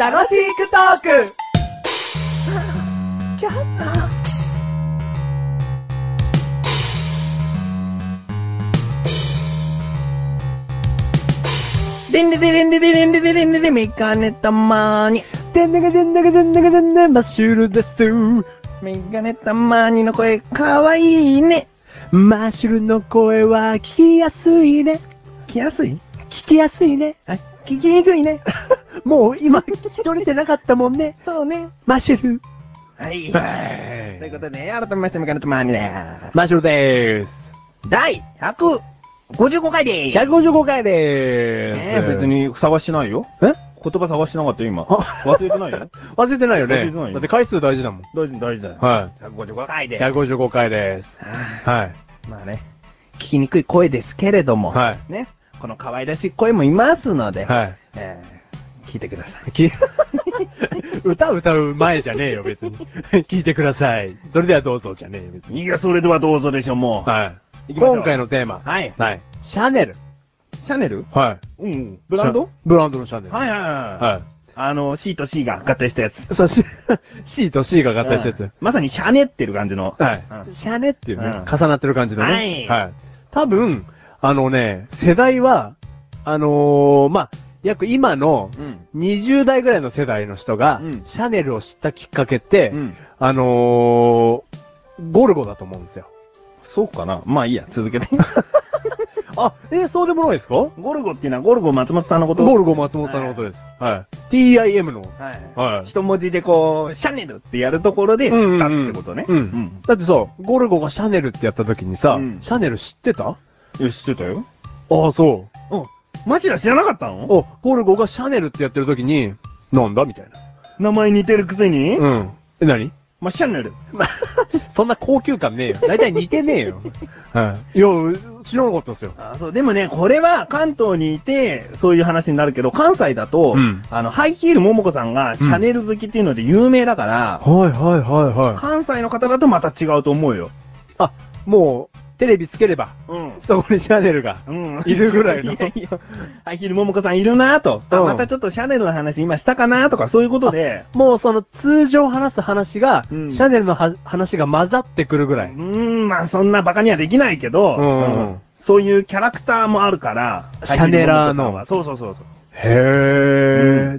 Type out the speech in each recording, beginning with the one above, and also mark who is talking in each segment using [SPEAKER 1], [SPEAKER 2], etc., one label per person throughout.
[SPEAKER 1] 楽しくトーク
[SPEAKER 2] でんでででんでででんでででんででメガネたまーに。
[SPEAKER 1] でんでけでんでけでんでけでんでマッシュルです
[SPEAKER 2] メガネたまーにの声かわいいね。
[SPEAKER 1] マッシュルの声は聞きやすいね
[SPEAKER 2] 来やすい
[SPEAKER 1] 聞きやすいね
[SPEAKER 2] はい。聞きにくいね。
[SPEAKER 1] もう今聞き取れてなかったもんね
[SPEAKER 2] そうね。
[SPEAKER 1] マッシュル
[SPEAKER 2] はい。
[SPEAKER 1] バ
[SPEAKER 2] と
[SPEAKER 1] ーン
[SPEAKER 2] いうことで、改めましてメガネたまーにです。
[SPEAKER 1] マッシュルでーす
[SPEAKER 2] 第155回でーす。
[SPEAKER 1] 155回でーす
[SPEAKER 3] ええ別に探してないよ。
[SPEAKER 1] え
[SPEAKER 3] 言葉探してなかったよ、今。忘れてないよ。
[SPEAKER 1] 忘れてないよ
[SPEAKER 3] 忘れ
[SPEAKER 1] ね
[SPEAKER 3] てないよ
[SPEAKER 1] だって回数大事だもん
[SPEAKER 3] 大事、大事だよ。
[SPEAKER 1] は
[SPEAKER 2] 155回
[SPEAKER 1] い
[SPEAKER 2] で。
[SPEAKER 1] 155回です
[SPEAKER 2] あ
[SPEAKER 1] はい
[SPEAKER 2] ーまあね、聞きにくい声ですけれども、
[SPEAKER 1] はい
[SPEAKER 2] ね、この可愛らしい声もいますので、
[SPEAKER 1] はい
[SPEAKER 2] えー聞いてください。
[SPEAKER 1] き歌歌う前じゃねえよ、別に。 聞いてください。それではどうぞじゃねえよ、別に。
[SPEAKER 3] いや、それではどうぞでしょう、もう。
[SPEAKER 1] は
[SPEAKER 3] 行
[SPEAKER 1] い。
[SPEAKER 3] きましょう
[SPEAKER 1] 今回のテーマ。
[SPEAKER 2] はい
[SPEAKER 1] はい。シャネル。
[SPEAKER 3] シャネル
[SPEAKER 1] はい。
[SPEAKER 3] うん。ブランド
[SPEAKER 1] シャブランドのシャネル。。
[SPEAKER 3] はいいはいはい。
[SPEAKER 1] は
[SPEAKER 3] あの、C と C が合体したやつ。
[SPEAKER 1] い。そうし、C と C が合体したやつ。
[SPEAKER 3] まさにシャネってる感じの。
[SPEAKER 1] はい。
[SPEAKER 3] うん
[SPEAKER 1] シャネっていうね、
[SPEAKER 3] うん
[SPEAKER 1] 重なってる感じのね。
[SPEAKER 2] はい
[SPEAKER 1] はい。多分、あのね、世代は、あのー、まあ、約今の
[SPEAKER 3] うん。
[SPEAKER 1] 20代ぐらいの世代の人が、
[SPEAKER 3] うん
[SPEAKER 1] シャネルを知ったきっかけって、
[SPEAKER 3] うん。
[SPEAKER 1] あのー、ゴルゴだと思うんですよ。
[SPEAKER 3] そうかな。まあいいや、続けて。
[SPEAKER 1] あ、えーそうでもないですか
[SPEAKER 3] ゴルゴっていうのはゴルゴ松本さんのこと
[SPEAKER 1] ゴルゴ松本さんのことです。はい。TIM の。
[SPEAKER 3] はい。
[SPEAKER 1] はい。
[SPEAKER 3] 一文字でこう、シャネルってやるところで、知ったってことね。
[SPEAKER 1] うんうんうんだってさ、ゴルゴがシャネルってやった時にさ、
[SPEAKER 3] うん
[SPEAKER 1] シャネル知ってたあ
[SPEAKER 3] うん。よし、知ってたよ。
[SPEAKER 1] あ、そ
[SPEAKER 3] マジだ、知らなかった
[SPEAKER 1] う。
[SPEAKER 3] の
[SPEAKER 1] お、ゴルゴがシャネルってやってる時に、なんだみたいな。
[SPEAKER 3] 名前似てるくせに
[SPEAKER 1] うん。え、何
[SPEAKER 3] まあ、シャネル。
[SPEAKER 1] そんな高級感 ねえよ。大体似てねえよ。 はい。いや、知らなかったですよ。
[SPEAKER 3] あそうでもね、これは関東にいて、そういう話になるけど、関西だと、
[SPEAKER 1] うん
[SPEAKER 3] あの、ハイヒール桃子さんがシャネル好きっていうので有名だから、
[SPEAKER 1] はいはいはいは
[SPEAKER 3] 関西の方だとまた違うと思うよ。
[SPEAKER 1] い。あ、もう、テレビつければ、
[SPEAKER 3] うん。
[SPEAKER 1] そこにシャネルが。
[SPEAKER 3] うん。
[SPEAKER 1] いるぐらい の
[SPEAKER 3] いやいや、ハイヒール桃子さんいるなぁと、あ
[SPEAKER 1] うん
[SPEAKER 3] またちょっとシャネルの話今したかなとか、そういうことで、
[SPEAKER 1] もうその通常話す話が、
[SPEAKER 3] うん
[SPEAKER 1] シャネルのは話が混ざってくるぐ
[SPEAKER 3] う
[SPEAKER 1] らい。
[SPEAKER 3] ーん、まあそんなバカにはできないけど、
[SPEAKER 1] うん
[SPEAKER 3] そういうキャラクターもあるから、
[SPEAKER 1] シャネラーの
[SPEAKER 3] ハイヒル桃子さんはそうそうそうそう。
[SPEAKER 1] へ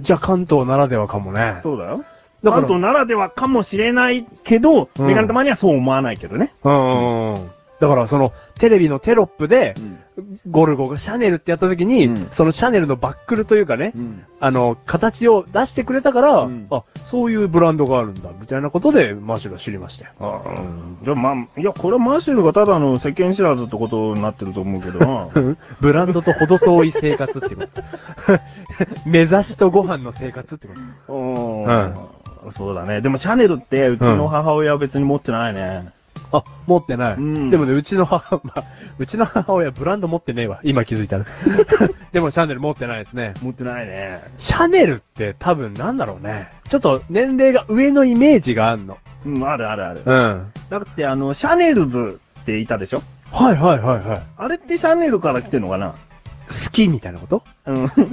[SPEAKER 1] ー、じゃあ関東ならではかもね。
[SPEAKER 3] そうだよ。
[SPEAKER 1] だ
[SPEAKER 3] 関
[SPEAKER 1] から、
[SPEAKER 3] 東ならではかもしれないけど、
[SPEAKER 1] うん
[SPEAKER 3] メガネたまにはそう思わないけどね。
[SPEAKER 1] うんうんうん。だからその、テレビのテロップで、ゴルゴがシャネルってやった時に、
[SPEAKER 3] うん
[SPEAKER 1] そのシャネルのバックルというかね、
[SPEAKER 3] うん
[SPEAKER 1] あの、形を出してくれたから、
[SPEAKER 3] うん
[SPEAKER 1] あ、そういうブランドがあるんだ、みたいなことで、マシュが知りました
[SPEAKER 3] あ
[SPEAKER 1] よ。
[SPEAKER 3] あ、じゃあまあ、いや、これはマーシュルがただの世間知らずってことになってると思うけど な。
[SPEAKER 1] ブランドとほど遠い生活っていうこと。 目指しとご飯の生活ってこと。
[SPEAKER 3] うんそうだね。でもシャネルって、うちの母親は別に持ってないね。
[SPEAKER 1] あ、持ってない。
[SPEAKER 3] うん
[SPEAKER 1] でもね、うちの母、まあ、うちの母親ブランド持ってねえわ。今気づい たら。でもシャネル持ってないですね。
[SPEAKER 3] 持ってないね。
[SPEAKER 1] シャネルって多分なんだろうね。ちょっと年齢が上のイメージがあんの。
[SPEAKER 3] うん、あるあるある。
[SPEAKER 1] うん。
[SPEAKER 3] だってあの、シャネルズっていたでしょ
[SPEAKER 1] はいはいはいはい。
[SPEAKER 3] あれってシャネルから来てんのかな
[SPEAKER 1] 好きみたいなこと
[SPEAKER 3] う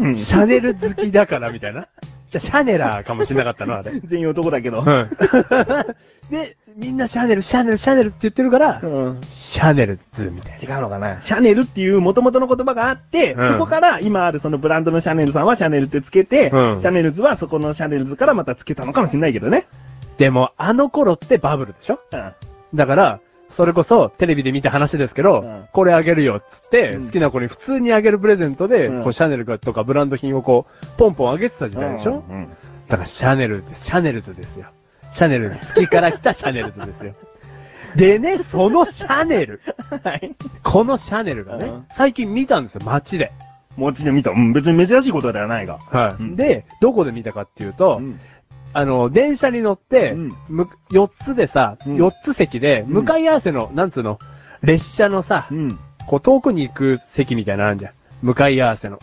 [SPEAKER 3] ん。
[SPEAKER 1] シャネル好きだからみたいな。じゃあシャネラーかもしれなかったな、あれ。
[SPEAKER 3] 全員男だけど。
[SPEAKER 1] うん。 で、みんなシャネル、シャネル、シャネルって言ってるから、
[SPEAKER 3] うん
[SPEAKER 1] シャネルズみたいな。
[SPEAKER 3] 違うのかなシャネルっていう元々の言葉があって、
[SPEAKER 1] うん
[SPEAKER 3] そこから今あるそのブランドのシャネルさんはシャネルってつけて、
[SPEAKER 1] うん
[SPEAKER 3] シャネルズはそこのシャネルズからまたつけたのかもしれないけどね。
[SPEAKER 1] でも、あの頃ってバブルでしょ
[SPEAKER 3] うん。
[SPEAKER 1] だから、それこそ、テレビで見た話ですけど、
[SPEAKER 3] うん
[SPEAKER 1] これあげるよ、っつって、
[SPEAKER 3] うん
[SPEAKER 1] 好きな子に普通にあげるプレゼントで、
[SPEAKER 3] うん
[SPEAKER 1] こう、シャネルとかブランド品をこう、ポンポンあげてた時代でしょ、
[SPEAKER 3] うん
[SPEAKER 1] だから、シャネルです。シャネルズですよ。シャネルズ。好きから来たシャネルズですよ。でね、そのシャネル。
[SPEAKER 3] はい。
[SPEAKER 1] このシャネルがね、
[SPEAKER 3] うん
[SPEAKER 1] 最近見たんですよ、街で。
[SPEAKER 3] もちろん見た。うん、別に珍しいことではないが。
[SPEAKER 1] は
[SPEAKER 3] う
[SPEAKER 1] い。
[SPEAKER 3] ん
[SPEAKER 1] で、どこで見たかっていうと、
[SPEAKER 3] うん。
[SPEAKER 1] あの、電車に乗って、
[SPEAKER 3] うん
[SPEAKER 1] む4つでさ、
[SPEAKER 3] うん
[SPEAKER 1] 4つ席で、
[SPEAKER 3] うん
[SPEAKER 1] 向かい合わせの、なんつうの、列車のさ、
[SPEAKER 3] うん。
[SPEAKER 1] こう遠くに行く席みたいなのあるじゃん。向かい合わせの。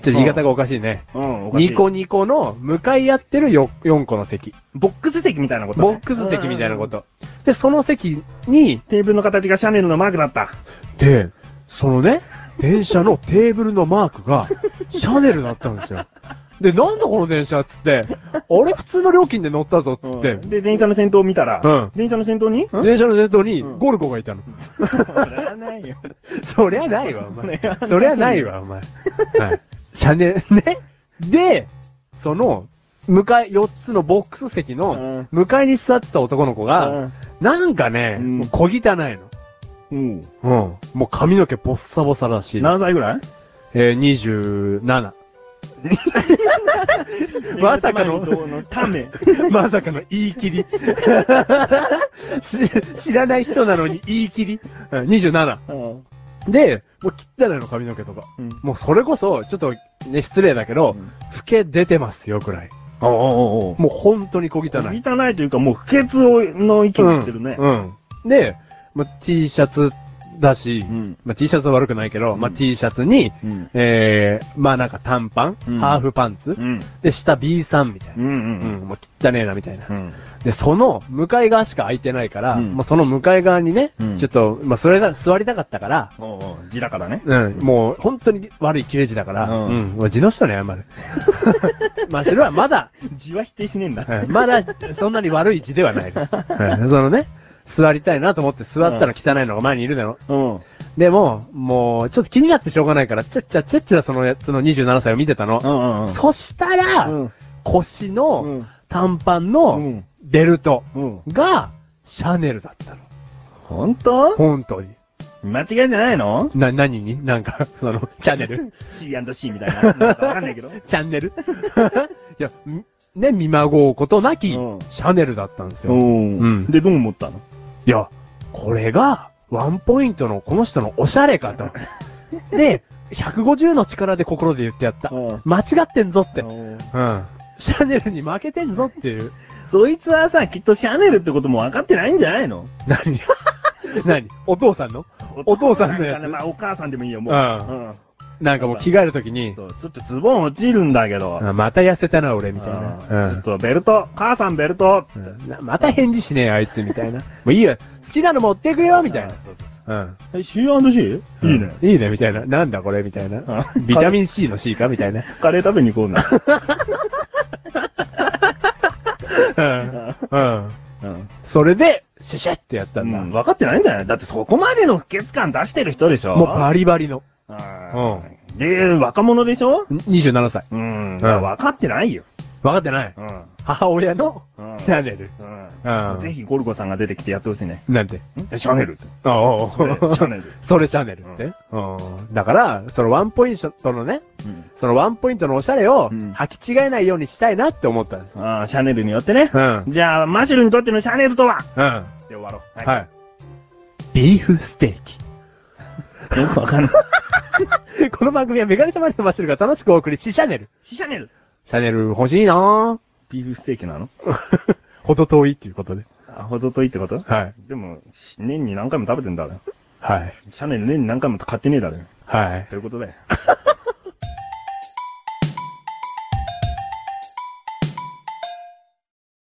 [SPEAKER 1] ちょっと言い方がおかしいね。
[SPEAKER 3] うん、おかしい
[SPEAKER 1] ニコニコの向かい合ってる 4, 4個の席。
[SPEAKER 3] ボックス席みたいなことね、
[SPEAKER 1] ボックス席みたいなこと。で、その席に、
[SPEAKER 3] テーブルの形がシャネルのマークだった。
[SPEAKER 1] で、そのね、電車のテーブルのマークが、シャネルだったんですよ。で、なんだこの電車っつって、俺普通の料金で乗ったぞっつっ
[SPEAKER 3] う
[SPEAKER 1] て
[SPEAKER 3] ん、で、電車の先頭を見たら、
[SPEAKER 1] うん
[SPEAKER 3] 電車の先頭にんそ
[SPEAKER 1] 電車の先頭に
[SPEAKER 3] うん
[SPEAKER 1] ゴルゴがいたの。
[SPEAKER 3] りゃないよ。
[SPEAKER 1] そりゃないわ、お
[SPEAKER 3] そ
[SPEAKER 1] 前
[SPEAKER 3] りゃない。よ
[SPEAKER 1] そりゃないわ、お前。はい。シャネル、ね。で、その、向かい、4つのボックス席の、向かいに座ってた男の子が、なんかね、
[SPEAKER 3] うん
[SPEAKER 1] もう小汚いの。
[SPEAKER 3] うん。
[SPEAKER 1] うん。もう髪の毛ボッサボサだし、
[SPEAKER 3] 何歳ぐらい
[SPEAKER 1] えー、27。まさかの
[SPEAKER 3] ため。
[SPEAKER 1] まさかの言い切り。 し知らない人なのに言い切り。うん27。
[SPEAKER 3] うん。
[SPEAKER 1] で、もう汚いの髪の毛とか。
[SPEAKER 3] うん
[SPEAKER 1] もうそれこそ、ちょっとね、失礼だけど、
[SPEAKER 3] うん
[SPEAKER 1] 老け出てますよくらい。
[SPEAKER 3] おうおうおう。
[SPEAKER 1] もう本当に小汚い。
[SPEAKER 3] 汚い。汚いというか、もう不潔をの域にいってるね。
[SPEAKER 1] うん。うんで、まあ、T シャツだし、
[SPEAKER 3] ん。
[SPEAKER 1] まあ、T シャツは悪くないけど、
[SPEAKER 3] うん
[SPEAKER 1] まあ、T シャツに、
[SPEAKER 3] うん。
[SPEAKER 1] えー、まあなんか短パン、
[SPEAKER 3] うん
[SPEAKER 1] ハーフパンツ、
[SPEAKER 3] うん。
[SPEAKER 1] で、下 B さんみたいな。
[SPEAKER 3] うん。うん。
[SPEAKER 1] う、
[SPEAKER 3] うんん。
[SPEAKER 1] もう汚ねえなみたいな。
[SPEAKER 3] うん。
[SPEAKER 1] で、その向かい側しか空いてないから、
[SPEAKER 3] うん
[SPEAKER 1] もうその向かい側にね、
[SPEAKER 3] うん
[SPEAKER 1] ちょっと、まあそれが座りたかったから、
[SPEAKER 3] おうおう、地高だね。
[SPEAKER 1] うん、もう本当に悪い切れ字だから、
[SPEAKER 3] うん
[SPEAKER 1] うん、もう地の人に 謝る。まあそれはまだ、
[SPEAKER 3] 地は否定しねえんだ。
[SPEAKER 1] うんまだそんなに悪い字ではないです。うんそのね、座りたいなと思って座ったら汚いのが前にいるだろ。
[SPEAKER 3] うん。
[SPEAKER 1] でも、もうちょっと気になってしょうがないから、ちゃっちゃちゃっちゃそのやつの27歳を見てたの。
[SPEAKER 3] うんうんうん。
[SPEAKER 1] そしたら、
[SPEAKER 3] うん。
[SPEAKER 1] 腰
[SPEAKER 3] う
[SPEAKER 1] の
[SPEAKER 3] ん。
[SPEAKER 1] 短パン
[SPEAKER 3] う
[SPEAKER 1] の
[SPEAKER 3] ん。
[SPEAKER 1] ベルト
[SPEAKER 3] うん。
[SPEAKER 1] がシャネルだったの。
[SPEAKER 3] 本 当
[SPEAKER 1] 本当に。
[SPEAKER 3] 間違いじゃないの
[SPEAKER 1] な、何になんか、その、チャンネ ル
[SPEAKER 3] ?C&C みたい な。なんかわかんないけど。
[SPEAKER 1] チャン ネルいや、んね、見まごうことなき、シ
[SPEAKER 3] うん
[SPEAKER 1] ャネルだったんですよ。
[SPEAKER 3] うん
[SPEAKER 1] ん
[SPEAKER 3] で、どう思ったの
[SPEAKER 1] いや、これが、ワンポイントのこの人のおしゃれか と。で、150の力で心で言ってやった。
[SPEAKER 3] うん
[SPEAKER 1] 間違ってんぞって。うん。
[SPEAKER 3] うん
[SPEAKER 1] シャネルに負けてんぞっ ていう。
[SPEAKER 3] そいつはさ、きっとシャネルってことも分かってないんじゃないの
[SPEAKER 1] 何何お父さんのお父さんのや
[SPEAKER 3] かね
[SPEAKER 1] つ
[SPEAKER 3] まあ、お母さんでもいいよ、もう。
[SPEAKER 1] う
[SPEAKER 3] う
[SPEAKER 1] ん
[SPEAKER 3] ん
[SPEAKER 1] なんかもう着替えるときに、
[SPEAKER 3] そうちょっとズボン落ちるんだけど。
[SPEAKER 1] あまた痩せたな、俺、みたい
[SPEAKER 3] うん
[SPEAKER 1] な。
[SPEAKER 3] ち
[SPEAKER 1] う
[SPEAKER 3] ょ
[SPEAKER 1] ん
[SPEAKER 3] っ。とベルト、母さんベルトつって
[SPEAKER 1] なまた返事しねえ、あいつ、みたいな。もういいよ、好きなの持ってくよ、みたい
[SPEAKER 3] そうそう
[SPEAKER 1] な。
[SPEAKER 3] え C&C?
[SPEAKER 1] う
[SPEAKER 3] い
[SPEAKER 1] ん。
[SPEAKER 3] いね。
[SPEAKER 1] いいね、みたいな。なんだこれ、みたいな。ビタミン C の C か、みたいな。
[SPEAKER 3] カレー食べに行こうな。
[SPEAKER 1] うん。うん。
[SPEAKER 3] うん。
[SPEAKER 1] それで、シュシュってやったんだ。
[SPEAKER 3] うん
[SPEAKER 1] も
[SPEAKER 3] 分かってないんじゃないだってそこまでの不潔感出してる人でしょ
[SPEAKER 1] うバリバリの。
[SPEAKER 3] うん。で、若者でしょ
[SPEAKER 1] ん27歳。
[SPEAKER 3] うん。だから分かってないよ。
[SPEAKER 1] 分かってない。
[SPEAKER 3] うん。
[SPEAKER 1] 母親の
[SPEAKER 3] うん
[SPEAKER 1] シャネル。
[SPEAKER 3] うん
[SPEAKER 1] うん
[SPEAKER 3] ぜひゴルゴさんが出てきてやってほしいね。
[SPEAKER 1] なんて。
[SPEAKER 3] んシャネルって。
[SPEAKER 1] ああ
[SPEAKER 3] それシャネル。
[SPEAKER 1] それシャネルって。うん。だから、そのワンポイントのね、そのワンポイントのおしゃれを
[SPEAKER 3] うん
[SPEAKER 1] 履き違えないようにしたいなって思ったんです。
[SPEAKER 3] ああ、シャネルによってね。
[SPEAKER 1] うん。
[SPEAKER 3] じゃあ、マシュルにとってのシャネルとは
[SPEAKER 1] うん。
[SPEAKER 3] で終わろう。
[SPEAKER 1] はい。ビーフステーキ。
[SPEAKER 3] い。よくわかん ない。
[SPEAKER 1] この番組はメガネたまりのマッシュルが楽しくお送りし、シャネル。
[SPEAKER 3] シシャネル
[SPEAKER 1] シャネル欲しいな
[SPEAKER 3] ビーフステーキなの
[SPEAKER 1] ぁ。 ほど遠いっていうことで。
[SPEAKER 3] あ、ほど遠いってこと
[SPEAKER 1] はい。
[SPEAKER 3] でも、し年に何回も食べてんだろ。
[SPEAKER 1] はい。
[SPEAKER 3] シャネル年に何回も買ってねえだろ。
[SPEAKER 1] はい。
[SPEAKER 3] ということで。